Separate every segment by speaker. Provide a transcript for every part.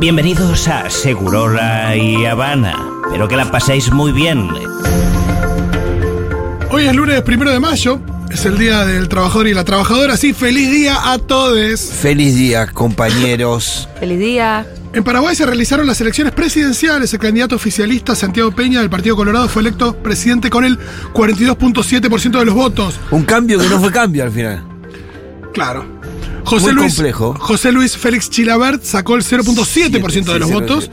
Speaker 1: Bienvenidos a Segurola y Habana. Espero que la paséis muy bien.
Speaker 2: Hoy es lunes primero de mayo. Es el día del trabajador y la trabajadora. Sí, feliz día a todos.
Speaker 3: Feliz día, compañeros.
Speaker 4: Feliz día.
Speaker 2: En Paraguay se realizaron las elecciones presidenciales. El candidato oficialista Santiago Peña del Partido Colorado fue electo presidente con el 42.7% de los votos.
Speaker 3: Un cambio que no fue cambio al final.
Speaker 2: Claro. José
Speaker 3: Muy
Speaker 2: Luis,
Speaker 3: complejo.
Speaker 2: José Luis Félix Chilabert sacó el 0.7% de
Speaker 3: sí,
Speaker 2: los
Speaker 3: sí,
Speaker 2: votos.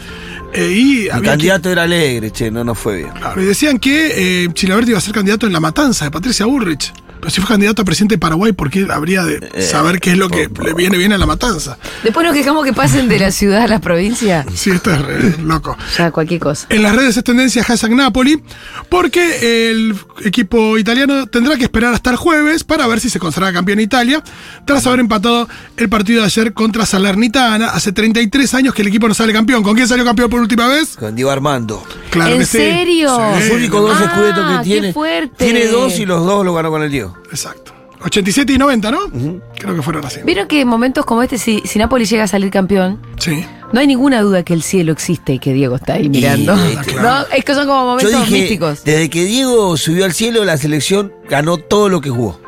Speaker 2: eh, y
Speaker 3: El
Speaker 2: había
Speaker 3: candidato era alegre, che, no nos fue bien.
Speaker 2: Claro, y decían que eh, Chilabert iba a ser candidato en la matanza de Patricia Burrich. Pero si fue candidato a presidente de Paraguay, ¿por qué habría de
Speaker 3: Eh,
Speaker 2: saber qué es lo que le viene bien a la matanza?
Speaker 4: Después nos quejamos que pasen de la ciudad a la provincia.
Speaker 2: Sí, esto es re loco.
Speaker 4: Ya, cualquier cosa.
Speaker 2: En las redes es tendencia hashtag Napoli, porque el equipo italiano tendrá que esperar hasta el jueves para ver si se consagra campeón Italia, tras haber empatado el partido de ayer contra Salernitana. Hace 33 años que el equipo no sale campeón. ¿Con quién salió campeón por última vez?
Speaker 3: Con Diego Armando.
Speaker 2: Claro
Speaker 4: ¿En
Speaker 2: que sí.
Speaker 4: serio?
Speaker 2: Oh, Sí.
Speaker 3: Los únicos dos
Speaker 4: Ah,
Speaker 3: escudetos que
Speaker 4: qué
Speaker 3: tiene.
Speaker 4: fuerte.
Speaker 3: Tiene dos y los dos lo ganó con el Diego.
Speaker 2: Exacto. 87 y 90, ¿no? Creo que fueron así.
Speaker 4: Vieron que en momentos como este, si, si Napoli llega a salir campeón,
Speaker 2: Sí.
Speaker 4: no hay ninguna duda que el cielo existe y que Diego está ahí mirando.
Speaker 3: Y-
Speaker 2: claro.
Speaker 4: No, es que son como
Speaker 3: Yo
Speaker 4: momentos
Speaker 3: dije,
Speaker 4: místicos.
Speaker 3: desde que Diego subió al cielo, la selección ganó todo lo que jugó.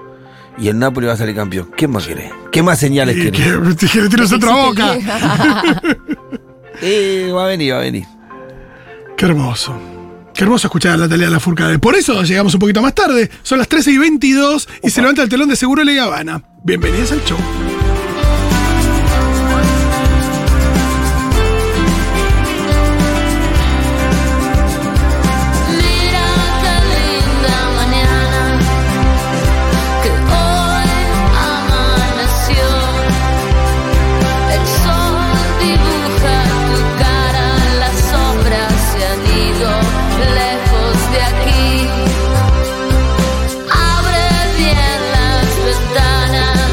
Speaker 3: Y el Napoli va a salir campeón. ¿Qué más querés? ¿Qué más señales
Speaker 2: Y que,
Speaker 3: querés?
Speaker 2: que le tiras otra boca.
Speaker 3: Eh, va a venir, va a venir.
Speaker 2: Qué hermoso. Qué hermoso escuchar a la Natalia Lafourcade. Por eso llegamos un poquito más tarde. Son las 13 y 22 y se levanta el telón de Seguro La Habana. Bienvenidos al show.
Speaker 5: Mira qué linda mañana que hoy amaneció. El sol dibuja tu cara, las sombras se han ido lejos de aquí. Abre bien las ventanas,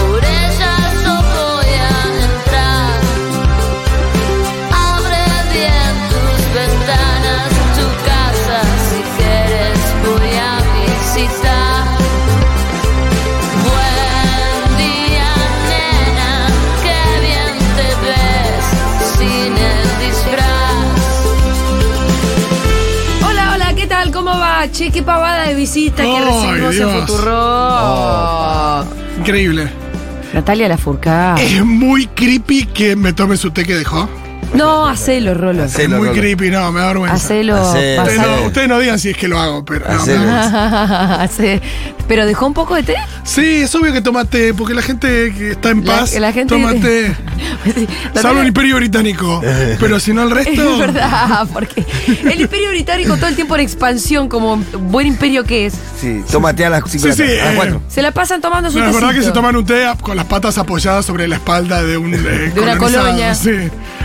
Speaker 5: por ellas no voy a entrar. Abre bien tus ventanas, tu casa si quieres voy a visitar. Buen día, nena, qué bien te ves sin el disfraz.
Speaker 4: Hola, hola, ¿qué tal? ¿Cómo va? Che, qué pavada de visita que
Speaker 2: Ay,
Speaker 4: recibimos
Speaker 2: Dios.
Speaker 4: en Futurro.
Speaker 2: Increíble.
Speaker 4: Natalia Lafourcade.
Speaker 2: Es muy creepy que me tome su té que dejó.
Speaker 4: No, hacelo, Rolo.
Speaker 3: Hacelo.
Speaker 2: Es muy
Speaker 3: Lola.
Speaker 2: creepy, no, me da vergüenza.
Speaker 4: Hacelo.
Speaker 3: Hacelo.
Speaker 2: Ustedes,
Speaker 4: pasalo.
Speaker 2: no, ustedes no digan si es que lo hago, pero. no, me da
Speaker 3: Hacelo.
Speaker 2: vergüenza.
Speaker 4: Sí. Pero dejó un poco de té.
Speaker 2: sí, es obvio que tomate, porque la gente que está en
Speaker 4: La-
Speaker 2: paz,
Speaker 4: la gente-
Speaker 2: tomate. Salvo el Imperio Británico. pero si no el resto.
Speaker 4: Es verdad, porque el imperio británico todo el tiempo en expansión, como buen imperio que es.
Speaker 3: Sí, tómate a las 5
Speaker 2: Sí, sí,
Speaker 3: a las
Speaker 2: eh,
Speaker 3: 4.
Speaker 4: Se la pasan tomando su
Speaker 2: No, es verdad que
Speaker 4: tecito.
Speaker 2: se toman un té a- con las patas apoyadas sobre la espalda de un eh,
Speaker 4: De una
Speaker 2: colonizado,
Speaker 4: colonia.
Speaker 2: sí.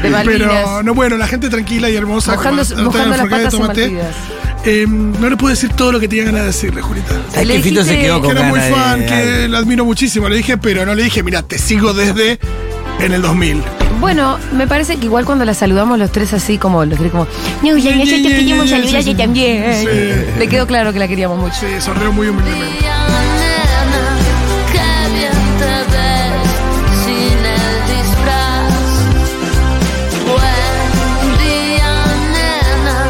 Speaker 4: Malvinas.
Speaker 2: Pero no, bueno, la gente tranquila y hermosa.
Speaker 4: Mojando-
Speaker 2: como la-
Speaker 4: mojando
Speaker 2: Natalia
Speaker 4: las patas
Speaker 2: Lafourcade
Speaker 4: en
Speaker 2: toma té. Eh, no le puedo decir todo lo que tenía ganas de decirle, Julita.
Speaker 3: Es
Speaker 4: Le
Speaker 3: que Fito se
Speaker 4: dijiste
Speaker 3: quedó
Speaker 4: que
Speaker 2: Que
Speaker 3: con
Speaker 2: era muy
Speaker 3: ganas
Speaker 2: fan,
Speaker 3: de-
Speaker 2: que la admiro muchísimo, le dije, pero no le dije, mira, te sigo desde en el 2000.
Speaker 4: Bueno, me parece que igual cuando la saludamos los tres así, como los tres como. No, ya, ya, ya, te queríamos saludar yo también.
Speaker 2: Sí.
Speaker 4: Le quedó claro que la queríamos mucho.
Speaker 2: Sí, sonreo muy humildemente.
Speaker 5: Día, nena, qué bien te ves sin el disfraz. Buen día, nena,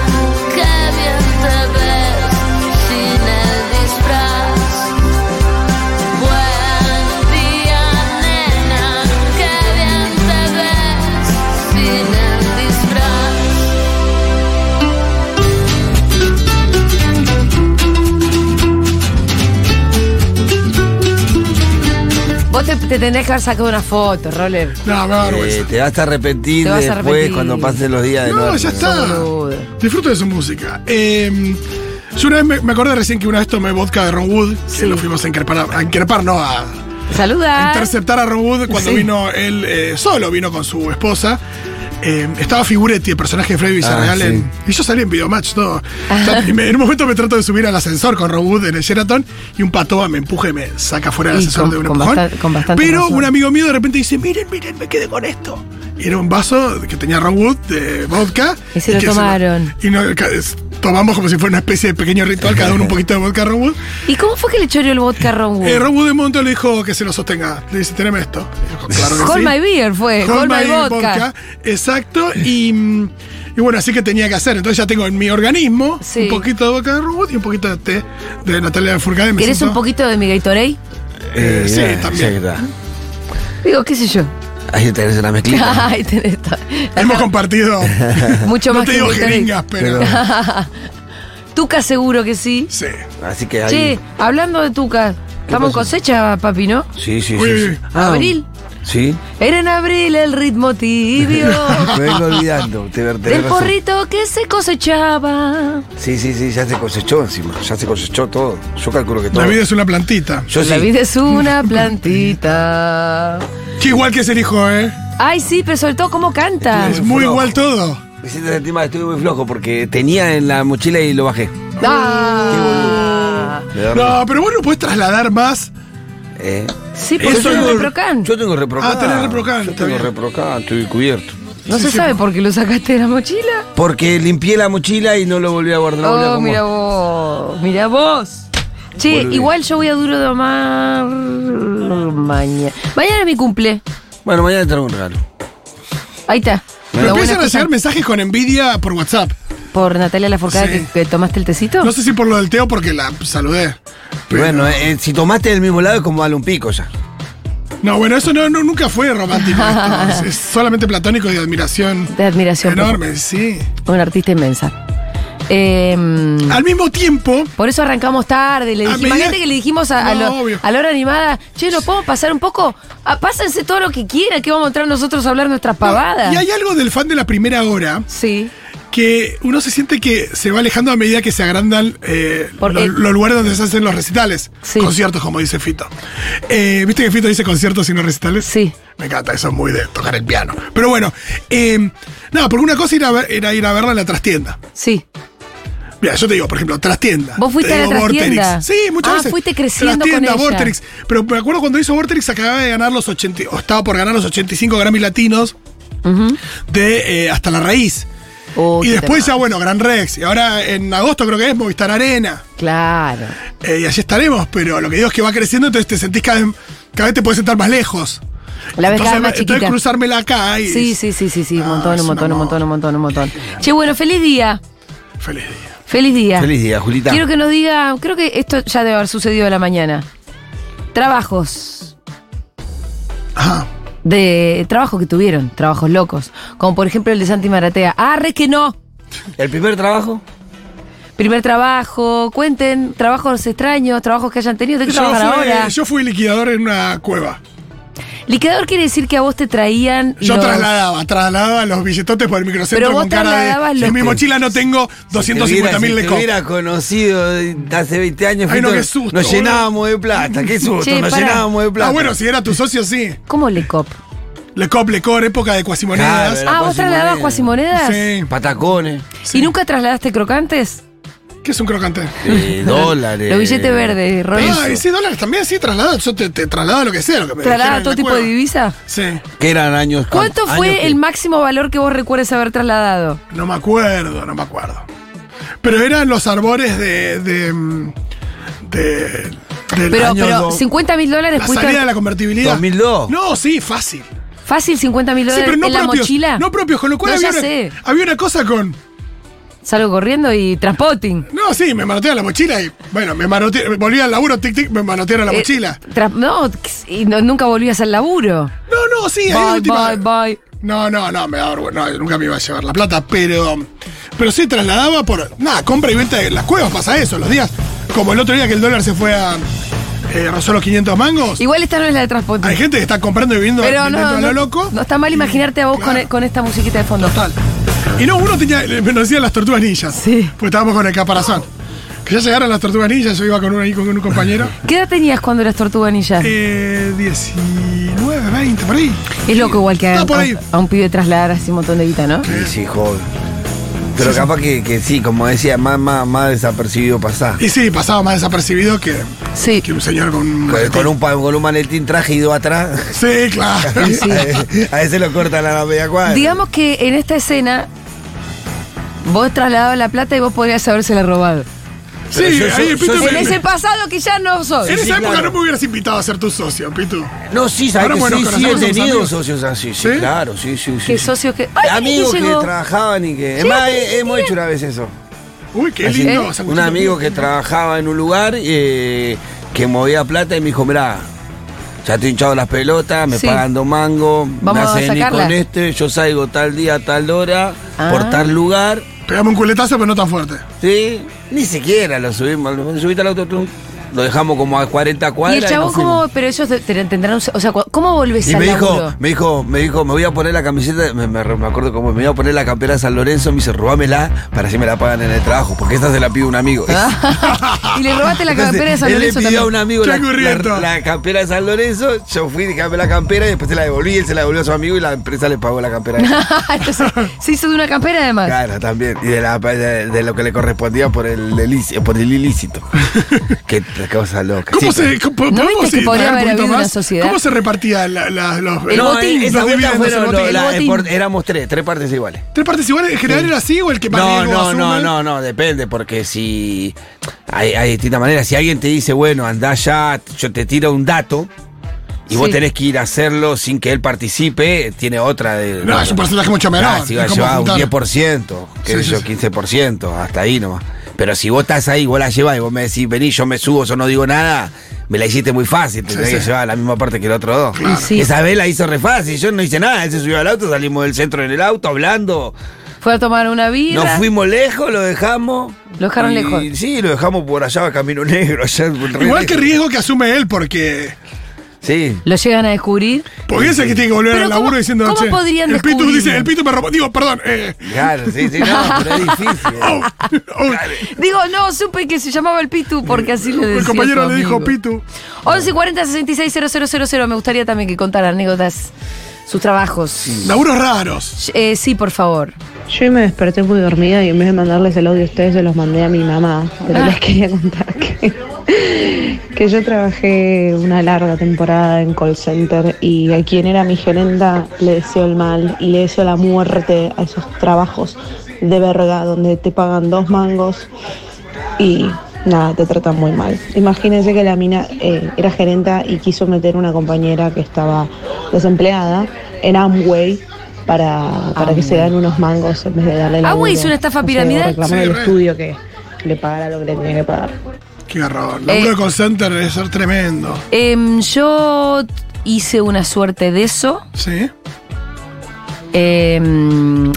Speaker 5: qué bien te ves sin el disfraz. Buen día, nena, qué bien te ves sin el disfraz.
Speaker 4: Vos te, te tendrías que haber sacado una foto, Roller.
Speaker 2: No, me da
Speaker 3: Eh,
Speaker 2: vergüenza.
Speaker 3: te vas a arrepentir
Speaker 4: Te vas a
Speaker 3: después
Speaker 4: arrepentir.
Speaker 3: cuando pasen los días de
Speaker 2: No,
Speaker 3: nuevo.
Speaker 2: ya está.
Speaker 4: boludo.
Speaker 2: Disfruto de su música. Eh, yo una vez me, me acordé recién que una vez tomé vodka de Ron Wood, que lo fuimos a increpar, a increpar, no, a
Speaker 4: Saluda.
Speaker 2: interceptar a Ron Wood cuando
Speaker 4: Sí.
Speaker 2: vino él eh, solo, vino con su esposa. Eh, estaba Figuretti, el personaje de Freddy Villarreal.
Speaker 3: sí.
Speaker 2: en- Y yo salí en Videomatch, todo.
Speaker 4: Ah.
Speaker 2: Y me- en un momento me trato de subir al ascensor con Ron Wood en el Sheraton y un patoa me empuja y me saca fuera del
Speaker 4: Y
Speaker 2: ascensor
Speaker 4: con-
Speaker 2: de un
Speaker 4: con
Speaker 2: empujón.
Speaker 4: bastan- con bastante
Speaker 2: Pero
Speaker 4: razón.
Speaker 2: un amigo mío de repente dice: Miren, miren, me quedé con esto. Y era un vaso que tenía Ron Wood de vodka.
Speaker 4: Y se lo
Speaker 2: que
Speaker 4: tomaron.
Speaker 2: y no, ca- es- tomamos como si fuera una especie de pequeño ritual, cada uno un poquito de vodka Ron Wood.
Speaker 4: ¿Y cómo fue que le choreó el vodka a Ron Wood?
Speaker 2: Eh, Ron Wood de un momento le dijo que se lo sostenga. Le dice, teneme esto. Le dijo, claro que
Speaker 4: Call
Speaker 2: sí.
Speaker 4: my beer fue,
Speaker 2: Hold
Speaker 4: call, my, vodka.
Speaker 2: Exacto. Y, mm, y bueno, así que tenía que hacer. Entonces ya tengo en mi organismo
Speaker 4: Sí.
Speaker 2: un poquito de vodka de Ron Wood y un poquito de té de Natalia Furcade.
Speaker 4: ¿Querés un poquito de mi Gatorade?
Speaker 2: Eh, sí, también.
Speaker 3: ahí está.
Speaker 4: Digo, qué sé yo.
Speaker 3: Ahí tenés una mezclita.
Speaker 4: Ay, tenés to-
Speaker 2: Hemos compartido.
Speaker 4: Mucho
Speaker 2: no
Speaker 4: más
Speaker 2: te
Speaker 4: que
Speaker 2: digo
Speaker 4: Gatorade.
Speaker 2: jeringas, pero.
Speaker 3: Pero-
Speaker 4: Tuca seguro que sí.
Speaker 2: Sí.
Speaker 3: Así que ahí.
Speaker 4: Che, hablando de Tuca, estamos en
Speaker 3: pasó?
Speaker 4: cosecha, papi, ¿no?
Speaker 3: Sí, sí, sí.
Speaker 2: Uy, uy,
Speaker 3: sí. Ah,
Speaker 2: uy.
Speaker 4: Abril.
Speaker 3: Sí.
Speaker 4: Era en abril el ritmo tibio
Speaker 3: Me vengo olvidando. Te, tenés
Speaker 4: del
Speaker 3: razón.
Speaker 4: porrito que se cosechaba.
Speaker 3: Sí, sí, sí, ya se cosechó encima. Ya se cosechó todo. Yo calculo que todo.
Speaker 2: La vida es una plantita.
Speaker 3: Yo
Speaker 4: La
Speaker 3: sí.
Speaker 4: vida es una plantita.
Speaker 2: Que igual que es el hijo, ¿eh?
Speaker 4: Ay, sí, pero sobre todo cómo canta.
Speaker 2: Es muy
Speaker 3: flojo.
Speaker 2: igual todo.
Speaker 3: Me siento en el tema, estuve muy flojo porque tenía en la mochila y lo bajé.
Speaker 4: Ah.
Speaker 3: Le dormí.
Speaker 2: No, pero vos no podés trasladar más.
Speaker 3: Eh.
Speaker 4: Sí, porque
Speaker 2: Eso
Speaker 4: es un
Speaker 2: no-
Speaker 4: reprocan.
Speaker 3: Yo tengo reprocan.
Speaker 2: Ah, tenés reprocan,
Speaker 3: Yo
Speaker 2: está
Speaker 3: tengo
Speaker 2: bien.
Speaker 3: reprocan, estoy cubierto.
Speaker 4: No se sabe por qué lo sacaste de la mochila.
Speaker 3: Porque limpié la mochila y no lo volví a guardar. lo volví a
Speaker 4: Oh,
Speaker 3: acomodar.
Speaker 4: mira vos, mira vos. Che,
Speaker 3: Volví.
Speaker 4: igual yo voy a duro de amar mañana. Mañana es mi cumple.
Speaker 3: Bueno, mañana te traigo un regalo.
Speaker 4: Ahí está.
Speaker 2: Pero
Speaker 4: Lo bueno
Speaker 2: empiezan a
Speaker 4: es que
Speaker 2: llegar mensajes con envidia por WhatsApp.
Speaker 4: por Natalia Laforcada
Speaker 2: Sí.
Speaker 4: que, que tomaste el tecito.
Speaker 2: No sé si por lo del Teo, porque la saludé. Pero-
Speaker 3: Bueno, eh, eh, si tomaste del mismo lado es como darle un pico ya.
Speaker 2: No, bueno, eso no, no- nunca fue romántico. esto. es solamente platónico y de admiración.
Speaker 4: De admiración. por-
Speaker 2: Enorme, sí.
Speaker 4: Una artista inmensa. Em,
Speaker 2: Al mismo tiempo,
Speaker 4: por eso arrancamos tarde. Le
Speaker 2: A
Speaker 4: dijimos,
Speaker 2: medida-
Speaker 4: imagínate que le dijimos a, a
Speaker 2: Ah, No,
Speaker 4: lo-
Speaker 2: obvio.
Speaker 4: a la hora animada, che, ¿lo podemos pasar un poco? Ah, pásense todo lo que quieran, que vamos a entrar nosotros a hablar nuestras pavadas.
Speaker 2: y hay algo del fan de la primera hora
Speaker 4: Sí.
Speaker 2: que uno se siente que se va alejando a medida que se agrandan eh,
Speaker 4: Por-
Speaker 2: lo-
Speaker 4: eh.
Speaker 2: los, lugares donde se hacen los recitales.
Speaker 4: Sí.
Speaker 2: Conciertos, como dice Fito. Eh, ¿Viste que Fito dice conciertos y no recitales?
Speaker 4: Sí.
Speaker 2: Me encanta, eso es muy de tocar el piano. Pero bueno, eh, nada, porque una cosa era, ver- era ir a verla en la trastienda.
Speaker 4: Sí.
Speaker 2: Mira, yo te digo, por ejemplo, Trastienda.
Speaker 4: ¿Vos fuiste
Speaker 2: Te
Speaker 4: a la
Speaker 2: digo
Speaker 4: Trastienda?
Speaker 2: Vorterix. Sí, muchas
Speaker 4: Ah,
Speaker 2: veces.
Speaker 4: fuiste creciendo con
Speaker 2: Trastienda,
Speaker 4: ella.
Speaker 2: Vorterix. Pero me acuerdo cuando hizo Vorterix acababa de ganar los 80, o estaba por ganar los 85 Grammy Latinos
Speaker 4: Ujú.
Speaker 2: de eh, Hasta la Raíz.
Speaker 4: Oh,
Speaker 2: y
Speaker 4: qué
Speaker 2: después
Speaker 4: tema.
Speaker 2: ya, bueno, Gran Rex. Y ahora en agosto creo que es Movistar Arena.
Speaker 4: Claro.
Speaker 2: Eh, y allí estaremos, pero lo que digo es que va creciendo, entonces te sentís cada vez, cada vez te puedes sentar más lejos.
Speaker 4: La vez
Speaker 2: entonces,
Speaker 4: cada vez más
Speaker 2: entonces
Speaker 4: chiquita.
Speaker 2: cruzármela acá y
Speaker 4: Sí, sí, sí, sí, sí. Un
Speaker 2: Ah,
Speaker 4: montón,
Speaker 2: es
Speaker 4: un
Speaker 2: un
Speaker 4: montón, un
Speaker 2: amor.
Speaker 4: montón, un montón, un montón. Che, bueno, feliz día.
Speaker 2: feliz día.
Speaker 4: Feliz día.
Speaker 3: Feliz día, Julita.
Speaker 4: Ah. Quiero que nos diga, creo que esto ya debe haber sucedido a la mañana. Trabajos
Speaker 2: Ajá.
Speaker 4: de trabajo que tuvieron, trabajos locos, como por ejemplo el de Santi Maratea. Ah, re que no.
Speaker 3: ¿El primer trabajo?
Speaker 4: Primer trabajo, cuenten trabajos extraños, trabajos que hayan tenido, ¿de qué
Speaker 2: Yo
Speaker 4: trabajan
Speaker 2: fui,
Speaker 4: ahora?
Speaker 2: yo fui liquidador en una cueva.
Speaker 4: Liquidador quiere decir que a vos te traían
Speaker 2: Yo
Speaker 4: los-
Speaker 2: trasladaba, trasladaba los billetotes por el microcentro
Speaker 4: Pero vos
Speaker 2: con cara
Speaker 4: trasladabas
Speaker 2: de.
Speaker 4: los-
Speaker 2: En mi mochila no tengo 250 mil
Speaker 3: Si
Speaker 2: de
Speaker 3: te
Speaker 2: cop.
Speaker 3: hubiera conocido hace 20 años,
Speaker 2: Ay, no,
Speaker 3: Fito,
Speaker 2: qué susto,
Speaker 3: nos
Speaker 2: boludo.
Speaker 3: llenábamos de plata. Qué susto,
Speaker 4: Che,
Speaker 3: nos
Speaker 4: pará.
Speaker 3: llenábamos de plata.
Speaker 2: Ah, bueno, si era tu socio, sí.
Speaker 4: ¿Cómo le cop?
Speaker 2: Le cop, le cor, época de cuasimonedas.
Speaker 3: Claro,
Speaker 4: Ah, vos trasladabas cuasimonedas.
Speaker 2: sí.
Speaker 3: Patacones,
Speaker 4: ¿Y nunca trasladaste crocantes?
Speaker 2: ¿Qué es un crocante?
Speaker 3: eh, dólares.
Speaker 4: Los billetes verdes, Roy.
Speaker 2: Ah, y sí, dólares también, sí, traslado. Yo te, te trasladaba lo que sea. Lo que me dijeran
Speaker 4: ¿Trasladaba
Speaker 2: en
Speaker 4: todo
Speaker 2: la
Speaker 4: tipo
Speaker 2: cueva.
Speaker 4: de divisa?
Speaker 2: Sí,
Speaker 3: Que eran años.
Speaker 4: ¿Cuánto
Speaker 3: años
Speaker 4: fue
Speaker 3: que-
Speaker 4: el máximo valor que vos recuerdes haber trasladado?
Speaker 2: no me acuerdo, no me acuerdo. Pero eran los arbores de. de. mm, de del
Speaker 4: Pero,
Speaker 2: año
Speaker 4: pero
Speaker 2: do-
Speaker 4: 50 mil dólares
Speaker 2: la
Speaker 4: fuiste-
Speaker 2: salida de la convertibilidad.
Speaker 3: 2002.
Speaker 2: No, sí, fácil.
Speaker 4: Fácil 50 mil
Speaker 2: Sí,
Speaker 4: dólares
Speaker 2: pero no
Speaker 4: en la
Speaker 2: propios.
Speaker 4: mochila.
Speaker 2: No propios, con lo cual
Speaker 4: No,
Speaker 2: había,
Speaker 4: ya sé.
Speaker 2: una, había una cosa con.
Speaker 4: Salgo corriendo y transporting.
Speaker 2: No, sí, me manotearon la mochila y. Bueno, me manotearon. Volví al laburo, tic, tic, me manotearon la
Speaker 4: Eh,
Speaker 2: mochila.
Speaker 4: tra- no, y no- nunca volvías al laburo.
Speaker 2: No, no, sí, ahí de
Speaker 4: Bye,
Speaker 2: última.
Speaker 4: bye, bye.
Speaker 2: No, no, no, me da vergüenza. no, nunca me iba a llevar la plata, pero. Pero sí trasladaba por. Nada, compra y venta de las cuevas, pasa eso, los días. Como el otro día que el dólar se fue a. Eh, rozó los 500 mangos.
Speaker 4: Igual esta no es la de transporting.
Speaker 2: Hay gente que está comprando y viviendo
Speaker 4: Pero
Speaker 2: viviendo
Speaker 4: no,
Speaker 2: a
Speaker 4: no,
Speaker 2: lo loco.
Speaker 4: no está mal
Speaker 2: Y-
Speaker 4: imaginarte a vos
Speaker 2: claro.
Speaker 4: con, con esta musiquita de fondo.
Speaker 2: Total. Y no, uno tenía, eh, me lo decían las tortugas ninjas.
Speaker 4: Sí.
Speaker 2: Pues estábamos con el caparazón. Que ya llegaron las tortugas ninjas, yo iba con uno ahí con un compañero.
Speaker 4: ¿Qué edad tenías cuando eras tortuganilla?
Speaker 2: Eh, 19, 20, por ahí.
Speaker 4: es loco igual que a,
Speaker 2: está por
Speaker 4: a-
Speaker 2: ahí.
Speaker 4: a un pibe trasladar así un montón de guita, ¿no?
Speaker 3: Sí, sí, joven. Pero capaz que, que sí, como decía, más, más, más desapercibido pasá.
Speaker 2: Y sí, pasaba más desapercibido que,
Speaker 4: Sí.
Speaker 2: que un señor con un.
Speaker 3: Con, con un, pa- con un maletín traje ido atrás.
Speaker 2: Sí, claro.
Speaker 4: Sí.
Speaker 3: A veces lo cortan a la media cuadra.
Speaker 4: Digamos que en esta escena Vos trasladabas la plata y vos podrías habérsela robado.
Speaker 2: Sí,
Speaker 3: yo- yo-
Speaker 2: ahí el
Speaker 3: yo
Speaker 2: Pitu
Speaker 3: sí-
Speaker 2: me-
Speaker 4: En ese pasado que ya no
Speaker 2: En
Speaker 4: soy.
Speaker 2: esa
Speaker 3: sí,
Speaker 2: época
Speaker 3: claro.
Speaker 2: no me hubieras invitado a ser tu socio, Pitu.
Speaker 3: No, sí, sabes
Speaker 2: Ahora,
Speaker 3: que
Speaker 2: bueno,
Speaker 3: sí,
Speaker 2: con
Speaker 3: sí, he
Speaker 2: nosotros somos
Speaker 3: tenido
Speaker 2: amigos.
Speaker 3: socios así, sí,
Speaker 2: ¿Sí?
Speaker 3: claro, sí, sí, sí.
Speaker 4: Que
Speaker 3: sí.
Speaker 4: socios que. ¡Ay, miren
Speaker 3: amigos
Speaker 4: quién
Speaker 3: que
Speaker 4: llegó!
Speaker 3: trabajaban y que. Es
Speaker 4: Llegó,
Speaker 3: más,
Speaker 4: ¿quién
Speaker 3: he- hemos hecho una vez eso.
Speaker 2: Uy, qué
Speaker 3: Así,
Speaker 2: lindo.
Speaker 3: un
Speaker 2: sanguchito.
Speaker 3: amigo que trabajaba en un lugar eh, que movía plata y me dijo, mirá, ya te he hinchado las pelotas, me
Speaker 4: Sí.
Speaker 3: pagan dos mangos, me
Speaker 4: Vamos a
Speaker 3: hacen ir
Speaker 4: sacarla.
Speaker 3: con este, yo salgo tal día, tal hora,
Speaker 4: Ah.
Speaker 3: por tal lugar.
Speaker 2: Pegame un culetazo, pero no tan fuerte.
Speaker 3: Sí, ni siquiera lo subimos, lo subiste al auto, tum, lo dejamos como a 40
Speaker 4: Y
Speaker 3: cuadras.
Speaker 4: el
Speaker 3: nos
Speaker 4: chabón,
Speaker 3: fuimos.
Speaker 4: ¿cómo? Pero ellos te- te- tendrán. un- O sea, cu- ¿cómo volvés
Speaker 3: Y
Speaker 4: al
Speaker 3: me dijo,
Speaker 4: laburo?
Speaker 3: me dijo, me dijo, me voy a poner la camiseta, me, me- me acuerdo como me voy a poner la campera de San Lorenzo, me dice, robámela para así me la pagan en el trabajo, porque esta se la pide un amigo.
Speaker 4: y le robaste la
Speaker 3: Entonces,
Speaker 4: campera Ah, de San
Speaker 3: él
Speaker 4: Lorenzo
Speaker 3: le pidió
Speaker 4: también.
Speaker 3: a un amigo la,
Speaker 2: Qué aburrido.
Speaker 3: la- la campera de San Lorenzo, yo fui, dejame la campera y después se la devolví, él se la devolvió a su amigo y la empresa le pagó la campera.
Speaker 4: Entonces, se hizo de una campera además.
Speaker 3: Claro, también. Y de, la- de- de lo que le correspondía por el, delici- por el ilícito. Qué cosa loca.
Speaker 2: ¿Cómo
Speaker 3: Sí,
Speaker 2: se, cómo-
Speaker 4: ¿No
Speaker 2: podemos
Speaker 4: viste que
Speaker 2: indagar
Speaker 4: podría
Speaker 2: un
Speaker 4: haber
Speaker 2: poquito
Speaker 4: habido una
Speaker 2: más?
Speaker 4: sociedad?
Speaker 2: ¿Cómo se repartía la- la- los, los-
Speaker 4: El
Speaker 3: No,
Speaker 4: botín.
Speaker 3: eh, esa
Speaker 2: los
Speaker 3: vuelta
Speaker 2: dividendos,
Speaker 3: fueron-
Speaker 2: el
Speaker 3: no,
Speaker 2: botín?
Speaker 3: la- eh,
Speaker 4: botín.
Speaker 3: por- éramos tres, tres partes iguales.
Speaker 2: ¿Tres partes iguales? ¿En general era así o el que para
Speaker 3: No,
Speaker 2: riesgo
Speaker 3: no,
Speaker 2: asume?
Speaker 3: no, no, no, depende, porque si hay, hay distintas maneras. Si alguien te dice, bueno, andá ya, yo te tiro un dato y vos
Speaker 4: Sí.
Speaker 3: tenés que ir a hacerlo sin que él participe, tiene otra de.
Speaker 2: No, es un porcentaje mucho menor.
Speaker 3: Ah, si va a
Speaker 2: es como
Speaker 3: llevar un
Speaker 2: juntar.
Speaker 3: 10%, qué
Speaker 2: Sí,
Speaker 3: sé
Speaker 2: sí,
Speaker 3: yo,
Speaker 2: sí.
Speaker 3: 15%, hasta ahí nomás. Pero si vos estás ahí, vos la llevás y vos me decís, vení, yo me subo, yo no digo nada, me la hiciste muy fácil, te
Speaker 2: Sí,
Speaker 3: tenés
Speaker 2: sí.
Speaker 3: que llevar a la misma parte que el otro dos.
Speaker 4: Claro. sí.
Speaker 3: Esa vez la hizo re fácil, yo no hice nada, él se subió al auto, salimos del centro en el auto hablando,
Speaker 4: Fue a tomar una birra.
Speaker 3: nos fuimos lejos, lo dejamos.
Speaker 4: Lo dejaron
Speaker 3: Y-
Speaker 4: lejos.
Speaker 3: Sí, lo dejamos por allá, Camino Negro, allá. re
Speaker 2: Igual que
Speaker 3: lejos.
Speaker 2: riesgo que asume él, porque.
Speaker 3: Sí.
Speaker 4: Lo llegan a descubrir.
Speaker 2: Porque ese es el que tiene que volver
Speaker 4: Pero
Speaker 2: al
Speaker 4: ¿cómo-
Speaker 2: laburo diciendo.
Speaker 4: cómo
Speaker 2: che,
Speaker 4: podrían
Speaker 2: el pitu
Speaker 4: descubrirlo?
Speaker 2: dice, el pitu me robó. Digo, perdón. Eh,
Speaker 3: Claro, sí, sí, no, pero es difícil.
Speaker 2: oh, oh.
Speaker 4: Digo, no, supe que se llamaba el Pitu porque así le decía.
Speaker 2: el compañero
Speaker 4: su
Speaker 2: le dijo
Speaker 4: amigo.
Speaker 2: pitu.
Speaker 4: 11 40 66 000. Me gustaría también que contara anécdotas, sus trabajos. Sí,
Speaker 2: Laburos raros.
Speaker 4: eh, sí por favor.
Speaker 6: Yo hoy me desperté muy dormida y en vez de mandarles el audio a ustedes se los mandé a mi mamá, pero
Speaker 4: Ah.
Speaker 6: les quería contar que, que yo trabajé una larga temporada en call center y a quien era mi gerenta le deseo el mal y le deseo la muerte a esos trabajos de verga donde te pagan dos mangos y nada, te tratan muy mal. Imagínense que la mina eh, era gerenta y quiso meter una compañera que estaba desempleada en Amway para, para que se dan unos mangos en vez de darle la
Speaker 4: Amway es una estafa piramidal.
Speaker 6: reclamar
Speaker 2: Sí,
Speaker 6: el
Speaker 2: re.
Speaker 6: estudio que le pagara lo que le tenía que pagar.
Speaker 2: Qué horror. Laburo
Speaker 4: Eh.
Speaker 2: de call center debe ser tremendo.
Speaker 4: Em, yo hice una suerte de eso
Speaker 2: ¿Sí?
Speaker 4: em,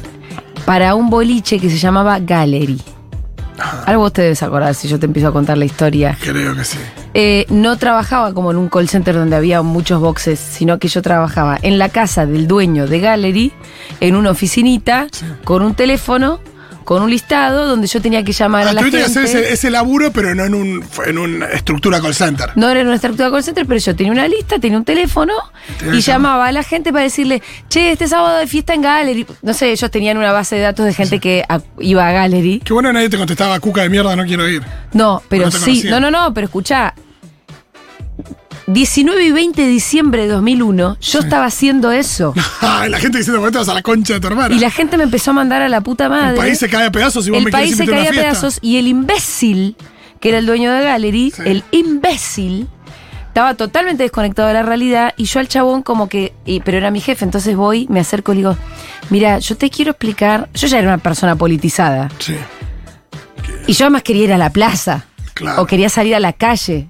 Speaker 4: para un boliche que se llamaba Gallery. Algo vos te debes acordar si yo te empiezo a contar la historia.
Speaker 2: Creo que sí.
Speaker 4: Eh, no trabajaba como en un call center donde había muchos boxes, sino que yo trabajaba en la casa del dueño de Gallery, en una oficinita, con un teléfono, con un listado, donde yo tenía que llamar a
Speaker 2: Ah,
Speaker 4: la
Speaker 2: tuviste
Speaker 4: gente.
Speaker 2: que hacer ese, ese laburo, pero no en, un, en una estructura call center.
Speaker 4: No era una estructura call center, pero yo tenía una lista, tenía un teléfono
Speaker 2: Tenía
Speaker 4: y
Speaker 2: que llamar.
Speaker 4: llamaba a la gente para decirle, che, este sábado de fiesta en Gallery. No sé, ellos tenían una base de datos de gente que a- iba a Gallery.
Speaker 2: Qué bueno nadie te contestaba, cuca de mierda, no quiero ir.
Speaker 4: No, pero
Speaker 2: No te
Speaker 4: sí, no,
Speaker 2: conocían.
Speaker 4: no, no, pero escuchá. 19 y 20 de diciembre de 2001, yo estaba haciendo eso.
Speaker 2: Ay, la gente diciendo, ¿por qué te vas a la concha de tu hermana?
Speaker 4: Y la gente me empezó a mandar a la puta madre.
Speaker 2: el país se cae a pedazos y vos
Speaker 4: El
Speaker 2: me querés
Speaker 4: país se
Speaker 2: invitar a
Speaker 4: caía
Speaker 2: una
Speaker 4: a
Speaker 2: fiesta.
Speaker 4: pedazos y el imbécil, que era el dueño de Gallery,
Speaker 2: Sí.
Speaker 4: el imbécil, estaba totalmente desconectado de la realidad y yo al chabón como que, y- pero era mi jefe, entonces voy, me acerco y le digo, mira, yo te quiero explicar, yo ya era una persona politizada
Speaker 2: Sí,
Speaker 4: y yo además quería ir a la plaza
Speaker 2: claro.
Speaker 4: o quería salir a la calle,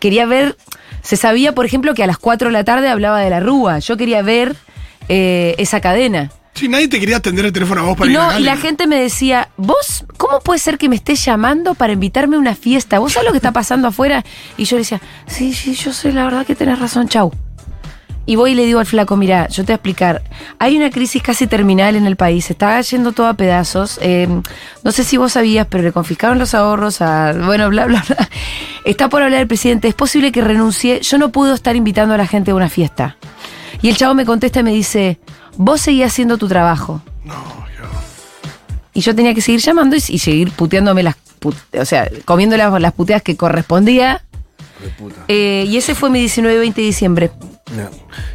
Speaker 4: quería ver, se sabía por ejemplo que a las 4 de la tarde hablaba de la rúa, yo quería ver eh, esa cadena.
Speaker 2: Sí, nadie te quería atender el teléfono a vos para
Speaker 4: Y
Speaker 2: ir a
Speaker 4: no, y
Speaker 2: Gali.
Speaker 4: la gente me decía, vos, ¿cómo puede ser que me estés llamando para invitarme a una fiesta? ¿Vos sabés lo que está pasando afuera? Y yo le decía, sí, sí, yo sé, la verdad que tenés razón, chau. Y voy y le digo al flaco, mira, yo te voy a explicar, hay una crisis casi terminal en el país, se está yendo todo a pedazos, eh, no sé si vos sabías, pero le confiscaron los ahorros a, bueno, bla, bla, bla. Está por hablar el presidente, es posible que renuncie, yo no puedo estar invitando a la gente a una fiesta. Y el chavo me contesta y me dice, vos seguís haciendo tu trabajo.
Speaker 2: No, yo-
Speaker 4: Y yo tenía que seguir llamando y, y seguir puteándome las put- o sea, comiendo las, las puteadas que correspondía. Eh, y ese fue mi 19, 20 de diciembre.
Speaker 3: No.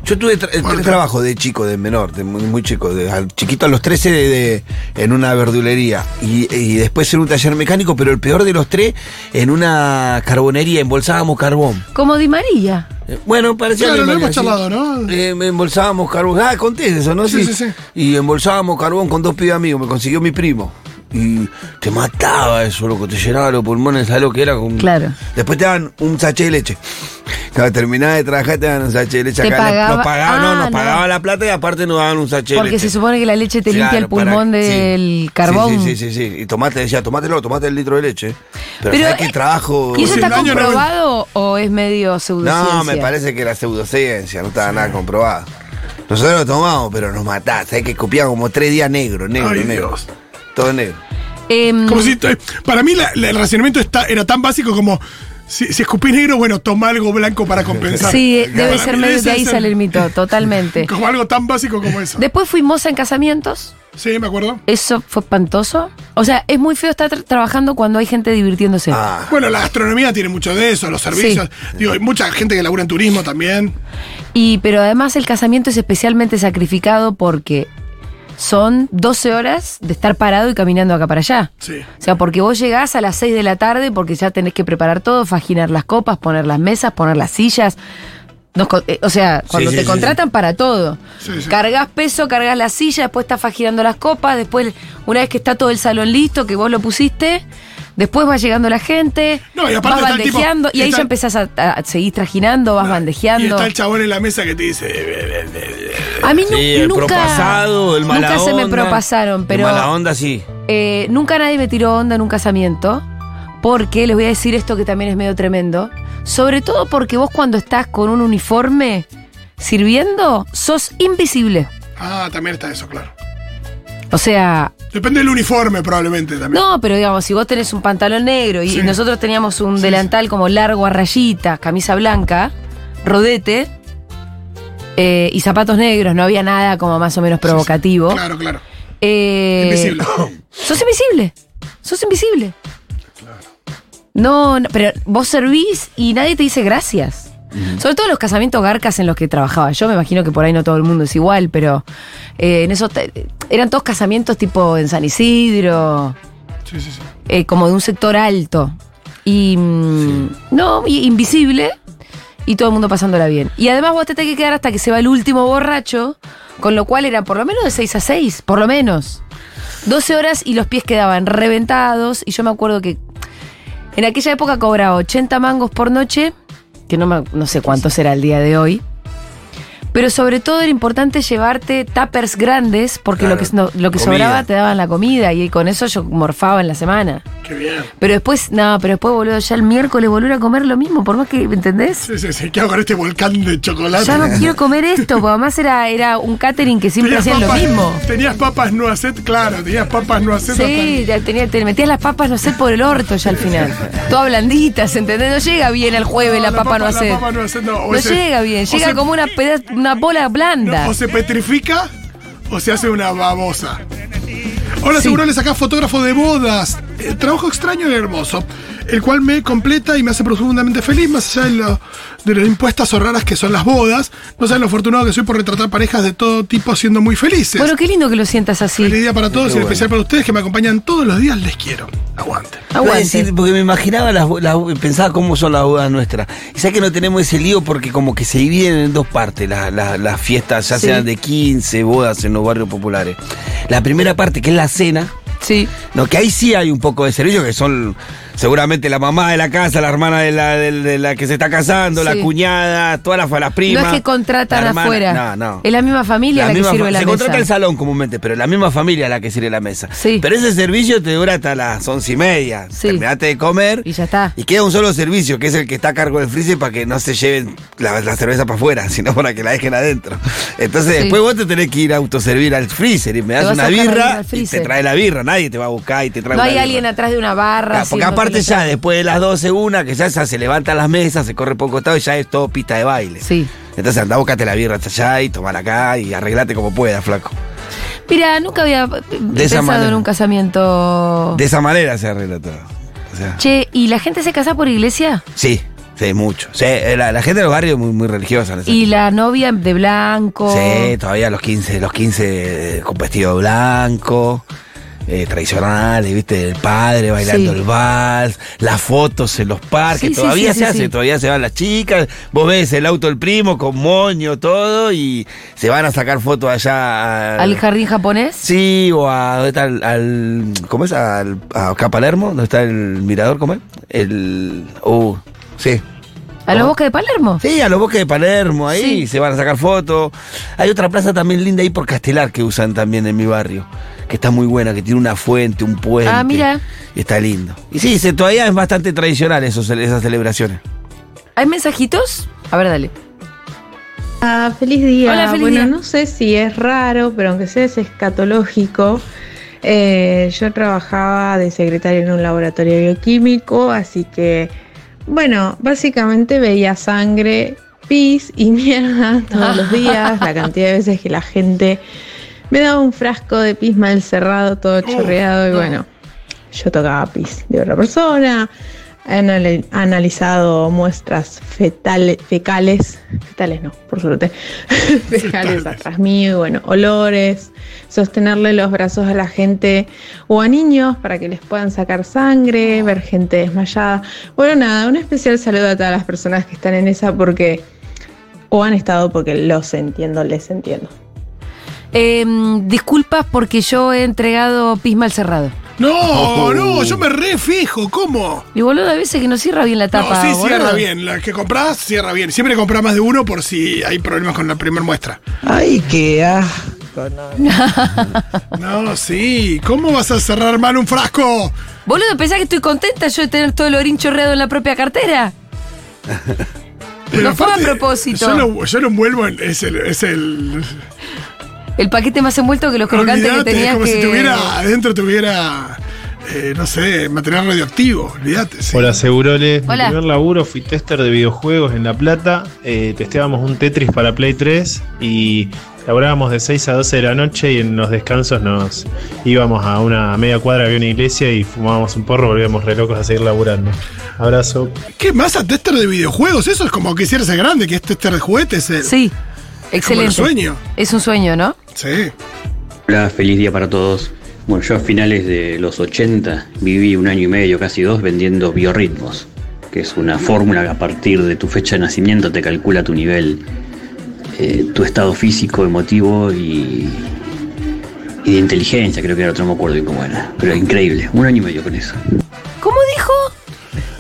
Speaker 3: Yo tuve tra- eh, tres trabajos de chico, de menor, de muy, muy chico, de, al chiquito a los 13 de, de- en una verdulería y, y después en un taller mecánico, pero el peor de los tres en una carbonería, embolsábamos carbón.
Speaker 4: Como Di María.
Speaker 3: Eh, Bueno, parecía
Speaker 2: Claro,
Speaker 3: mi
Speaker 2: lo
Speaker 3: maña,
Speaker 2: hemos charlado, ¿no?
Speaker 3: Eh, embolsábamos carbón. Ah, conté eso, ¿no?
Speaker 2: Sí, sí, sí.
Speaker 3: Y embolsábamos carbón con dos pibes amigos, me consiguió mi primo. Y te mataba eso, loco, te llenaba los pulmones, ¿sabes lo que era? Con-
Speaker 4: Claro.
Speaker 3: Después te daban un sachet de leche. Cuando terminabas de trabajar, te daban un sachet de leche.
Speaker 4: Te
Speaker 3: Acá nos-
Speaker 4: pagaba-
Speaker 3: nos pagaban,
Speaker 4: Ah,
Speaker 3: no, nos
Speaker 4: no.
Speaker 3: pagaban la plata y aparte nos daban un sachet de
Speaker 4: Porque
Speaker 3: leche.
Speaker 4: se supone que la leche te limpia
Speaker 3: Claro,
Speaker 4: el pulmón
Speaker 3: para- sí.
Speaker 4: del
Speaker 3: Sí,
Speaker 4: carbón.
Speaker 3: Sí, sí, sí, sí. Y tomate, decía, tomátelo, tomate el litro de leche. Pero,
Speaker 4: Pero,
Speaker 3: ¿sabes qué
Speaker 4: eh,
Speaker 3: trabajo?
Speaker 4: ¿Y eso
Speaker 2: Sí,
Speaker 4: está
Speaker 2: el Pues año noventa.
Speaker 4: comprobado o es medio pseudociencia?
Speaker 3: No, me parece que era pseudociencia, no estaba nada comprobado. Nosotros lo tomamos, pero nos matás, ¿sabes? Que copiamos como tres días negro, negro,
Speaker 2: Ay,
Speaker 3: negro.
Speaker 2: Dios.
Speaker 3: Todo negro.
Speaker 4: Em,
Speaker 2: Como si, eh, para mí la- la- el racionamiento está, era tan básico como si, si escupís negro, bueno, toma algo blanco para compensar.
Speaker 4: sí, eh, debe
Speaker 2: Para
Speaker 4: ser
Speaker 2: mí
Speaker 4: medio
Speaker 2: ese
Speaker 4: de ahí
Speaker 2: es
Speaker 3: ¿eh?
Speaker 4: sale el mito, totalmente.
Speaker 2: Como algo tan básico como eso.
Speaker 4: Después fui moza en casamientos.
Speaker 2: Sí, me acuerdo.
Speaker 4: Eso fue espantoso. O sea, es muy feo estar tra- trabajando cuando hay gente divirtiéndose.
Speaker 3: Ah,
Speaker 2: Bueno, la gastronomía tiene mucho de eso, los servicios. Digo, hay mucha gente que labura en turismo también.
Speaker 4: Y pero además el casamiento es especialmente sacrificado porque son 12 horas de estar parado y caminando acá para allá.
Speaker 2: Sí.
Speaker 4: O sea, porque vos llegás a las 6 de la tarde porque ya tenés que preparar todo, faginar las copas, poner las mesas, poner las sillas. Nos co- eh, o sea, cuando
Speaker 3: sí,
Speaker 4: te
Speaker 3: sí,
Speaker 4: contratan para todo.
Speaker 2: Sí, sí.
Speaker 4: Cargas peso, cargas la silla, después estás faginando las copas, después una vez que está todo el salón listo, que vos lo pusiste, después va llegando la gente,
Speaker 2: No, y aparte
Speaker 4: vas
Speaker 2: está el tipo-
Speaker 4: bandejeando, y ahí
Speaker 2: está-
Speaker 4: ya empezás a, a seguir trajinando, vas
Speaker 2: Y
Speaker 4: bandejeando.
Speaker 2: está el chabón en la mesa que te dice. "Eh, eh, eh, eh".
Speaker 4: A mí nu-
Speaker 3: sí, el
Speaker 4: nunca,
Speaker 3: propasado, el mala
Speaker 4: nunca se me
Speaker 3: onda,
Speaker 4: propasaron, pero
Speaker 3: de mala onda, sí.
Speaker 4: eh, nunca nadie me tiró onda en un casamiento, porque les voy a decir esto que también es medio tremendo, sobre todo porque vos cuando estás con un uniforme sirviendo, sos invisible.
Speaker 2: Ah, también está eso, claro.
Speaker 4: O sea,
Speaker 2: Depende del uniforme, probablemente también.
Speaker 4: no, pero digamos, si vos tenés un pantalón negro y
Speaker 2: Sí.
Speaker 4: nosotros teníamos un delantal como largo a rayitas, camisa blanca, rodete eh, y zapatos negros, no había nada como más o menos provocativo.
Speaker 2: Claro, claro.
Speaker 4: Eh,
Speaker 2: Invisible.
Speaker 4: Sos invisible. Sos invisible. No, no, pero vos servís y nadie te dice gracias. Sobre todo en los casamientos garcas en los que trabajaba. Yo me imagino que por ahí no todo el mundo es igual, pero eh, en esos te- eran todos casamientos tipo en San Isidro,
Speaker 2: Sí, sí, sí.
Speaker 4: eh, como de un sector alto. Y mm, no, y invisible. Y todo el mundo pasándola bien. Y además vos te tenés que quedar hasta que se va el último borracho, con lo cual era por lo menos de 6 a 6, por lo menos. 12 horas y los pies quedaban reventados. Y yo me acuerdo que en aquella época cobraba 80 mangos por noche, que no, me- no sé cuánto será el día de hoy. Pero sobre todo era importante llevarte tuppers grandes, porque lo
Speaker 3: Claro,
Speaker 4: que, no- lo
Speaker 3: comida.
Speaker 4: que sobraba te daban la comida y con eso yo morfaba en la semana.
Speaker 2: Qué bien.
Speaker 4: Pero después, no, pero después, boludo, ya el miércoles volver a comer lo mismo, por más que, ¿me entendés?
Speaker 2: Sí, sí, sí. ¿Qué hago con este volcán de chocolate?
Speaker 4: Ya no quiero comer esto, porque además era, era un catering que siempre
Speaker 2: Tenías
Speaker 4: hacían lo
Speaker 2: papas-
Speaker 4: mismo.
Speaker 2: Tenías papas no hacet, claro, tenías papas no hacet.
Speaker 4: Sí, ya tenía, te metías las papas, no sé, por el orto ya al final. Todas blanditas, ¿entendés? No llega bien al
Speaker 2: hasta-
Speaker 4: jueves la, papa, no hace.
Speaker 2: La papa no hacet, no. O
Speaker 4: No
Speaker 2: ese-
Speaker 4: llega bien,
Speaker 2: o
Speaker 4: llega
Speaker 2: se-
Speaker 4: como una, peda- una bola
Speaker 2: no,
Speaker 4: blanda.
Speaker 2: o se petrifica o se hace una babosa. Ahora seguro le sacás fotógrafo de bodas. Eh, trabajo extraño y hermoso, el cual me completa y me hace profundamente feliz, más allá de, lo- de las impuestas o raras que son las bodas. No saben lo afortunado que soy por retratar parejas de todo tipo siendo muy felices.
Speaker 4: bueno, qué lindo que lo sientas así.
Speaker 2: Feliz día para todos
Speaker 3: Qué
Speaker 2: y en
Speaker 3: bueno.
Speaker 2: especial para ustedes que me acompañan todos los días. Les quiero. Aguante.
Speaker 3: Iba a
Speaker 4: Aguante.
Speaker 3: decir, porque me imaginaba las, bo- las bo- pensaba cómo son las bodas nuestras. Y sabes que no tenemos ese lío porque como que se dividen en dos partes la- la- las fiestas, ya
Speaker 4: Sí.
Speaker 3: sean de 15 bodas en los barrios populares. La primera parte, que es la cena,
Speaker 4: Sí.
Speaker 3: no, que ahí sí hay un poco de servicio, que son seguramente la mamá de la casa, la hermana de la, de, de la que se está casando, la
Speaker 4: Sí.
Speaker 3: cuñada, todas las, las primas.
Speaker 4: No es que contratan
Speaker 3: la hermana.
Speaker 4: afuera.
Speaker 3: No, no.
Speaker 4: Es la misma familia la,
Speaker 3: misma
Speaker 4: que sirve
Speaker 3: fa-
Speaker 4: la
Speaker 3: se
Speaker 4: mesa.
Speaker 3: contrata el salón comúnmente, pero la misma familia la que sirve la mesa.
Speaker 4: Sí.
Speaker 3: Pero ese servicio te dura hasta las once y media.
Speaker 4: Sí.
Speaker 3: Terminate de comer.
Speaker 4: Y ya está.
Speaker 3: Y queda un solo servicio, que es el que está a cargo del freezer para que no se lleven la, la cerveza para afuera, sino para que la dejen adentro. Entonces
Speaker 4: Sí.
Speaker 3: después vos te tenés que ir a autoservir al freezer y me das
Speaker 4: vas
Speaker 3: una
Speaker 4: a cargar
Speaker 3: birra
Speaker 4: al
Speaker 3: y te
Speaker 4: freezer.
Speaker 3: trae la birra. Nadie te va a buscar y te trae
Speaker 4: No
Speaker 3: una
Speaker 4: hay
Speaker 3: birra.
Speaker 4: alguien atrás de una
Speaker 3: Ah, porque
Speaker 4: barra. haciendo que
Speaker 3: aparte
Speaker 4: le
Speaker 3: ya,
Speaker 4: tra-
Speaker 3: después de las 12, una, que ya, ya se levantan las mesas, se corre por un costado y ya es todo pista de baile.
Speaker 4: Sí.
Speaker 3: Entonces andá, búscate la birra hasta allá y tomar acá y arreglate como puedas, flaco.
Speaker 4: Mira, nunca había eh,
Speaker 3: esa
Speaker 4: pensado en
Speaker 3: manera.
Speaker 4: un casamiento.
Speaker 3: De esa manera se arregla todo. O sea,
Speaker 4: Che, ¿y la gente se casa por iglesia?
Speaker 3: sí. Sí, mucho. Sí, eh, la, la gente de los barrios es muy, muy religiosa. en ese
Speaker 4: Y la novia de blanco.
Speaker 3: Sí, todavía los 15, los 15 con vestido blanco, eh, tradicionales, viste, el padre bailando
Speaker 4: Sí.
Speaker 3: el vals, las fotos en los parques,
Speaker 4: Sí, sí,
Speaker 3: todavía
Speaker 4: sí,
Speaker 3: se
Speaker 4: sí,
Speaker 3: hace,
Speaker 4: sí.
Speaker 3: todavía se van las chicas, vos ves el auto del primo con moño, todo, y se van a sacar fotos allá eh,
Speaker 4: Al jardín japonés.
Speaker 3: Sí, o a ¿dónde está el- al ¿cómo es? Al, a acá a Palermo, donde está el mirador, ¿cómo es? El uh, sí.
Speaker 4: A los bosques de Palermo.
Speaker 3: Oh. Sí, a los bosques de Palermo, ahí
Speaker 4: Sí.
Speaker 3: se van a sacar fotos. Hay otra plaza también linda ahí por Castelar que usan también en mi barrio, que está muy buena, que tiene una fuente, un puente.
Speaker 4: Ah, mira.
Speaker 3: Y está lindo. Y sí, se- todavía es bastante tradicional esos, esas celebraciones.
Speaker 4: ¿Hay mensajitos? A ver, dale.
Speaker 7: Ah, feliz día.
Speaker 4: Hola, feliz
Speaker 7: bueno,
Speaker 4: día.
Speaker 7: no sé si es raro, pero aunque sea es escatológico, eh, yo trabajaba de secretaria en un laboratorio bioquímico, así que, bueno, básicamente veía sangre, pis y mierda todos los días, la cantidad de veces que la gente me daba un frasco de pis mal cerrado, todo chorreado, y bueno, yo tocaba pis de otra persona. He anal- analizado muestras fetales, fecales, fetales no, por suerte, fecales atrás mío, y bueno, olores, sostenerle los brazos a la gente o a niños para que les puedan sacar sangre, ver gente desmayada. Bueno, nada, un especial saludo a todas las personas que están en esa porque, o han estado porque los entiendo, les entiendo.
Speaker 4: Eh, disculpas porque yo he entregado pisma al cerrado.
Speaker 2: No,
Speaker 4: Oh.
Speaker 2: no, yo me refijo, ¿cómo?
Speaker 4: Y boludo, a veces que no cierra bien la tapa.
Speaker 2: no, sí,
Speaker 4: boludo.
Speaker 2: cierra bien. La que compras, cierra bien. Siempre compras más de uno por si hay problemas con la primera muestra.
Speaker 8: Ay, qué
Speaker 2: No, sí. ¿Cómo vas a cerrar mal un frasco?
Speaker 4: Boludo, ¿pensás que estoy contenta yo de tener todo el orín chorreado en la propia cartera? No fue a
Speaker 2: aparte,
Speaker 4: propósito.
Speaker 2: Yo lo, yo lo envuelvo en. Es el. Es el
Speaker 4: El paquete más envuelto que los crocantes
Speaker 2: olvidate,
Speaker 4: que
Speaker 2: es
Speaker 4: tenías
Speaker 2: como
Speaker 4: que...
Speaker 2: si tuviera. Adentro tuviera. eh, no sé, material radioactivo. Olvídate. sí.
Speaker 9: Hola Segurole,
Speaker 4: Hola.
Speaker 9: mi primer laburo fui tester de videojuegos en La Plata, Eh, testeábamos un Tetris para Play 3 y laborábamos de 6 a 12 de la noche y en los descansos nos íbamos a una media cuadra, había una iglesia y fumábamos un porro, volvíamos re locos a seguir laburando. Abrazo.
Speaker 2: ¿Qué más a tester de videojuegos? Eso es como que hicieras el grande, que es tester de juguetes. eh. el-
Speaker 4: Sí,
Speaker 2: como
Speaker 4: excelente.
Speaker 2: el sueño.
Speaker 4: Es un sueño, ¿no?
Speaker 2: Sí.
Speaker 10: Hola, feliz día para todos. Bueno, yo a finales de los 80 viví un año y medio, casi dos, vendiendo biorritmos, que es una fórmula que a partir de tu fecha de nacimiento te calcula tu nivel, eh, tu estado físico, emotivo y, y de inteligencia, creo que era otro, no me acuerdo bien cómo era, pero increíble, un año y medio con eso.
Speaker 4: ¿Cómo dijo?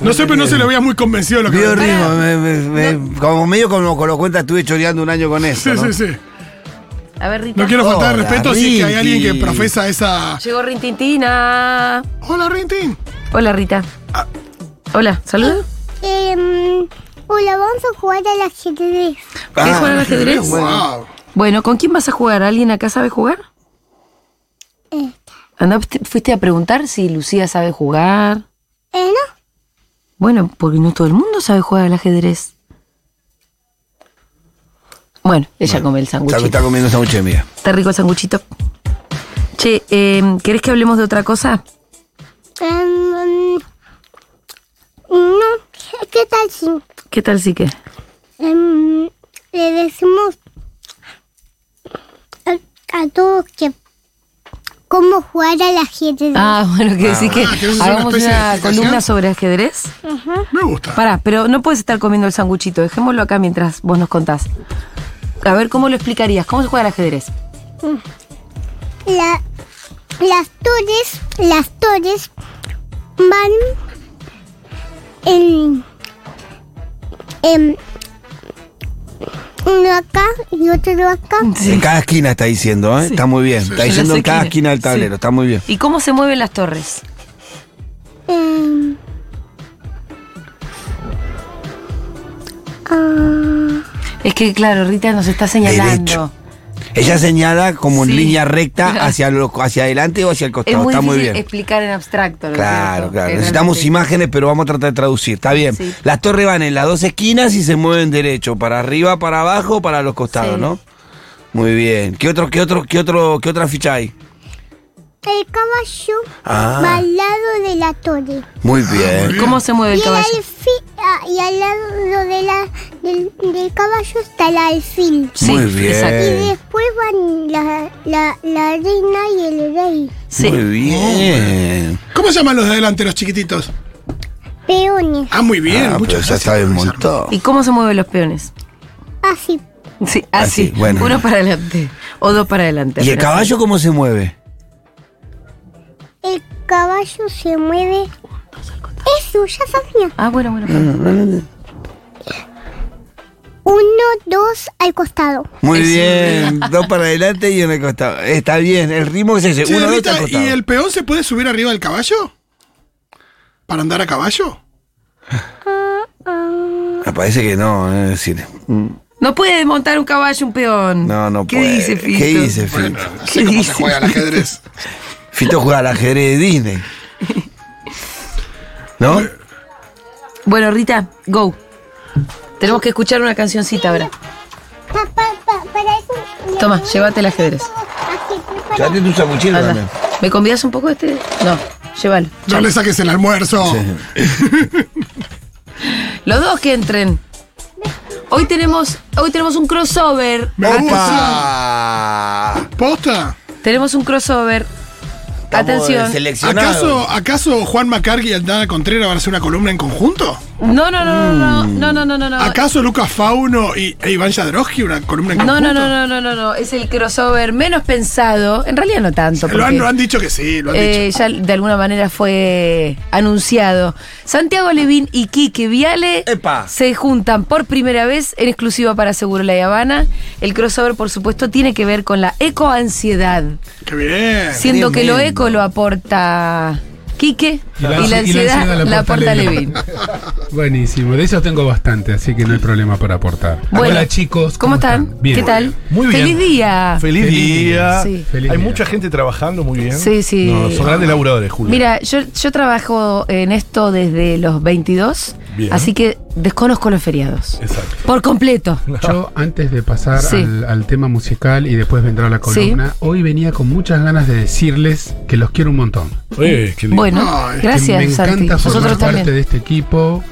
Speaker 2: No sé, pero no se lo veía muy convencido lo que
Speaker 3: Medio ritmo, me- me- me- como medio como con lo cuenta estuve choreando un año con eso.
Speaker 2: Sí,
Speaker 3: ¿no?
Speaker 2: sí, sí.
Speaker 4: A ver, Rita.
Speaker 2: No quiero faltar el
Speaker 3: Hola,
Speaker 2: respeto si es que hay
Speaker 3: Rinti.
Speaker 2: alguien que profesa esa.
Speaker 4: Llegó Rintintina.
Speaker 2: Hola, Rintin.
Speaker 4: Hola, Rita. Hola, ¿saludos?
Speaker 11: Em, hola, vamos a jugar al ajedrez.
Speaker 2: Ah.
Speaker 4: ¿Quieres jugar al ajedrez?
Speaker 2: Wow.
Speaker 4: Bueno, ¿con quién vas a jugar? ¿Alguien acá sabe jugar? Andaste, fuiste a preguntar si Lucía sabe jugar.
Speaker 11: Eh, no,
Speaker 4: Bueno, porque no todo el mundo sabe jugar al ajedrez. Bueno, ella come el
Speaker 3: Está,
Speaker 4: sanguchito.
Speaker 3: está comiendo sándwich de miga.
Speaker 4: Está rico el sanguchito. Che, eh, ¿querés que hablemos de otra cosa?
Speaker 11: em, no, ¿qué- ¿qué tal si
Speaker 4: ¿Qué tal sí que?
Speaker 11: em, le decimos a, a todos que cómo jugar al ajedrez?
Speaker 4: Ah, bueno, que decís que
Speaker 2: Ah, que eso es una
Speaker 4: hagamos
Speaker 2: especie de
Speaker 4: una
Speaker 2: explicación.
Speaker 4: columna sobre ajedrez.
Speaker 2: Me gusta.
Speaker 4: Pará, pero no puedes estar comiendo el sanguchito. Dejémoslo acá mientras vos nos contás. A ver, ¿cómo lo explicarías? ¿Cómo se juega al ajedrez?
Speaker 11: La- las torres, las torres van en, en uno acá y otro acá.
Speaker 3: En cada esquina está diciendo, ¿eh? está muy bien. Está
Speaker 4: Sí,
Speaker 3: diciendo
Speaker 4: las
Speaker 3: en cada
Speaker 4: esquinas.
Speaker 3: esquina del tablero,
Speaker 4: Sí.
Speaker 3: está muy bien.
Speaker 4: ¿Y cómo se mueven las torres?
Speaker 11: Em, ah,
Speaker 4: Es que, claro, Rita nos está señalando.
Speaker 3: Derecho. Ella señala como
Speaker 4: Sí.
Speaker 3: en línea recta hacia, lo- hacia adelante o hacia el
Speaker 4: Es
Speaker 3: costado.
Speaker 4: muy
Speaker 3: está muy
Speaker 4: difícil
Speaker 3: bien.
Speaker 4: explicar en abstracto. ¿no es
Speaker 3: Claro,
Speaker 4: cierto?
Speaker 3: claro.
Speaker 4: Que
Speaker 3: Necesitamos
Speaker 4: realmente-
Speaker 3: imágenes, pero vamos a tratar de traducir. Está bien.
Speaker 4: Sí.
Speaker 3: Las torres van en las dos esquinas y se mueven derecho, para arriba, para abajo, para los costados,
Speaker 4: Sí.
Speaker 3: ¿no? Muy bien. ¿Qué otro, qué otro, qué otro, qué otra ficha hay?
Speaker 5: el caballo
Speaker 3: Ah.
Speaker 5: va al lado de la torre.
Speaker 3: Muy
Speaker 4: Ah,
Speaker 3: bien.
Speaker 4: ¿Cómo se mueve
Speaker 5: Y,
Speaker 4: el
Speaker 5: el
Speaker 4: caballo?
Speaker 5: alfi- ah, y al lado de la, del, del caballo está el alfil.
Speaker 4: Sí,
Speaker 3: Muy bien.
Speaker 5: Y
Speaker 4: exacto.
Speaker 5: después van la, la, la reina y el rey.
Speaker 4: Sí.
Speaker 3: Muy bien.
Speaker 2: ¿Cómo se llaman los de adelante, los chiquititos?
Speaker 5: Peones.
Speaker 2: Ah, muy bien,
Speaker 3: Ah, pero
Speaker 2: muchas
Speaker 3: ya
Speaker 2: gracias.
Speaker 3: sabe un montón.
Speaker 4: ¿Y cómo se mueven los peones?
Speaker 5: Así.
Speaker 4: Sí,
Speaker 3: Así,
Speaker 4: así.
Speaker 3: bueno.
Speaker 4: Uno para adelante o dos para adelante.
Speaker 3: ¿Y el
Speaker 4: Pero
Speaker 3: caballo cómo se mueve?
Speaker 5: El caballo se mueve. Eso, ya sabía.
Speaker 4: sí. Ah, bueno, bueno. bueno.
Speaker 5: Uno, dos, al costado.
Speaker 3: Muy
Speaker 4: Es un-
Speaker 3: bien. Dos para adelante y uno al costado. Está bien. El ritmo es ese.
Speaker 2: Che,
Speaker 3: Uno, dos,
Speaker 2: Rita,
Speaker 3: al
Speaker 2: ¿Y
Speaker 3: costado.
Speaker 2: el peón se puede subir arriba del caballo? ¿Para andar a caballo?
Speaker 3: Me parece que no, eh, no es decir.
Speaker 4: No puede montar un caballo un peón.
Speaker 3: No, no
Speaker 4: ¿Qué
Speaker 3: puede.
Speaker 4: Dice, Fito?
Speaker 3: ¿Qué dice Fito?
Speaker 2: No sé cómo se juega al ajedrez.
Speaker 3: Fito juega al ajedrez de Disney. ¿No?
Speaker 4: Bueno, Rita, go. Tenemos que escuchar una cancioncita ahora.
Speaker 5: Pa- pa- pa- para eso. le
Speaker 4: Toma,
Speaker 5: ponemos
Speaker 4: llévate el ajedrez.
Speaker 5: todo Aquí, prepara-
Speaker 3: Llévate tu sacuchillo
Speaker 4: Anda.
Speaker 3: también.
Speaker 4: ¿Me convidas un poco de este? No, llévalo.
Speaker 2: No le saques el almuerzo.
Speaker 4: Los dos que entren. Hoy tenemos, hoy tenemos un crossover.
Speaker 2: Me gusta.
Speaker 3: ¡Opa!
Speaker 2: ¿Posta?
Speaker 4: Tenemos un crossover.
Speaker 3: Estamos
Speaker 4: Atención.
Speaker 3: seleccionados.
Speaker 2: ¿Acaso, ¿Acaso Juan Macargui y Aldana Contreras van a hacer una columna en conjunto?
Speaker 4: No, no, no, no,
Speaker 3: Mm.
Speaker 4: no, no, no, no, no.
Speaker 2: ¿Acaso Lucas Fauno y e Iván Jadrowski una columna en
Speaker 4: No,
Speaker 2: conjunto?
Speaker 4: no, no, no, no, no, no. Es el crossover menos pensado. En realidad no tanto.
Speaker 2: Lo han,
Speaker 4: porque-
Speaker 2: lo han dicho que sí, lo han
Speaker 4: Eh,
Speaker 2: dicho.
Speaker 4: ya de alguna manera fue anunciado. Santiago Levín y Quique Viale
Speaker 3: Epa.
Speaker 4: se juntan por primera vez en exclusiva para Seguro La Habana. El crossover, por supuesto, tiene que ver con la ecoansiedad.
Speaker 2: Qué bien.
Speaker 4: Siendo que lo
Speaker 3: Tremendo.
Speaker 4: eco lo aporta Quique y la,
Speaker 8: ansi-
Speaker 4: ansiedad la, aporta Levín.
Speaker 8: Buenísimo, de ellos tengo bastante, así que no hay problema para aportar.
Speaker 4: Bueno,
Speaker 8: Hola chicos,
Speaker 4: ¿Cómo están?
Speaker 8: Bien.
Speaker 4: ¿Qué tal?
Speaker 9: Muy bien.
Speaker 4: Feliz día.
Speaker 9: Feliz,
Speaker 8: Feliz
Speaker 9: día.
Speaker 8: día.
Speaker 4: Sí.
Speaker 8: Feliz
Speaker 9: Hay
Speaker 8: día.
Speaker 9: mucha gente trabajando muy bien.
Speaker 4: Sí, sí.
Speaker 9: No, son grandes laburadores, Julio.
Speaker 4: Mira, yo, yo trabajo en esto desde los 22,
Speaker 9: Bien.
Speaker 4: así que desconozco los feriados.
Speaker 9: Exacto.
Speaker 4: Por completo.
Speaker 8: Yo, antes de pasar
Speaker 4: Sí.
Speaker 8: al, al tema musical y después vendrá la columna, hoy venía con muchas ganas de decirles que los quiero un montón.
Speaker 9: Eh, qué lindo.
Speaker 4: Bueno,
Speaker 2: Ay,
Speaker 8: Que me
Speaker 4: gracias, Santi.
Speaker 8: encanta formar
Speaker 4: Nosotros
Speaker 8: parte
Speaker 4: también.
Speaker 8: de este equipo.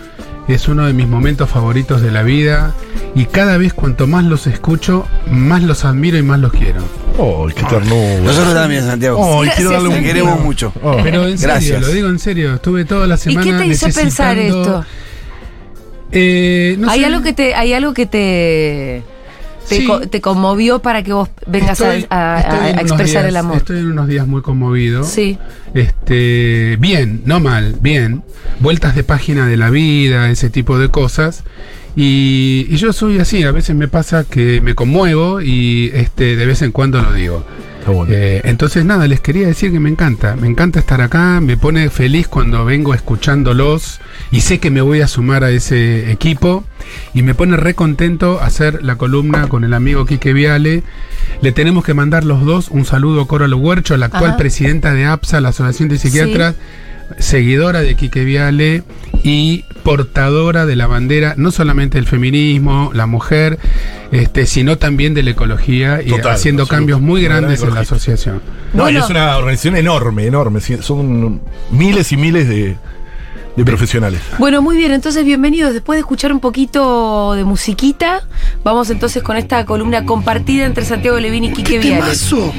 Speaker 8: Es uno de mis momentos favoritos de la vida. Y cada vez cuanto más los escucho, más los admiro y más los quiero.
Speaker 9: Ay, Oh, qué ternura. Oh.
Speaker 3: Nosotros también, Santiago.
Speaker 4: Oh,
Speaker 9: Ay, quiero darle
Speaker 3: Te
Speaker 9: un
Speaker 3: queremos mucho.
Speaker 9: Ay.
Speaker 8: Pero en serio,
Speaker 3: Gracias.
Speaker 8: lo digo en serio. Estuve toda la
Speaker 4: ¿Y
Speaker 8: semana
Speaker 4: qué te hizo pensar
Speaker 8: necesitando-
Speaker 4: esto?
Speaker 8: Eh, no
Speaker 4: ¿Hay
Speaker 8: sé,
Speaker 4: algo que te, hay algo que te, te,
Speaker 8: Sí.
Speaker 4: co- te conmovió para que vos vengas a-
Speaker 8: estoy-
Speaker 4: a, a-
Speaker 8: estoy
Speaker 4: a
Speaker 8: en unos
Speaker 4: expresar
Speaker 8: días-
Speaker 4: el amor?
Speaker 8: Estoy en unos días muy conmovido.
Speaker 4: Sí.
Speaker 8: Este, bien, no mal, bien. Vueltas de página de la vida, ese tipo de cosas. Y, y yo soy así, a veces me pasa que me conmuevo y este, de vez en cuando lo digo.
Speaker 9: Está bueno.
Speaker 8: Eh, entonces nada, les quería decir que me encanta, me encanta estar acá, me pone feliz cuando vengo escuchándolos y sé que me voy a sumar a ese equipo y me pone re contento hacer la columna con el amigo Quique Viale. Le tenemos que mandar los dos un saludo a Coral Huercho, la actual
Speaker 4: Ajá.
Speaker 8: presidenta de APSA, la Asociación de Psiquiatras, seguidora de Quique Viale y portadora de la bandera no solamente del feminismo, la mujer, este, sino también de la ecología y
Speaker 9: Total,
Speaker 8: haciendo
Speaker 9: absoluto.
Speaker 8: cambios muy
Speaker 9: Una gran
Speaker 8: grandes en la
Speaker 9: ecologista.
Speaker 8: asociación.
Speaker 9: No,
Speaker 4: Bueno.
Speaker 9: y es una organización enorme, enorme. Sí, Son miles y miles de, de profesionales.
Speaker 4: Bueno, muy bien, entonces bienvenidos. Después de escuchar un poquito de musiquita, vamos entonces con esta columna compartida entre Santiago Levín y
Speaker 2: ¿Qué
Speaker 4: Quique Viale.
Speaker 2: temazo?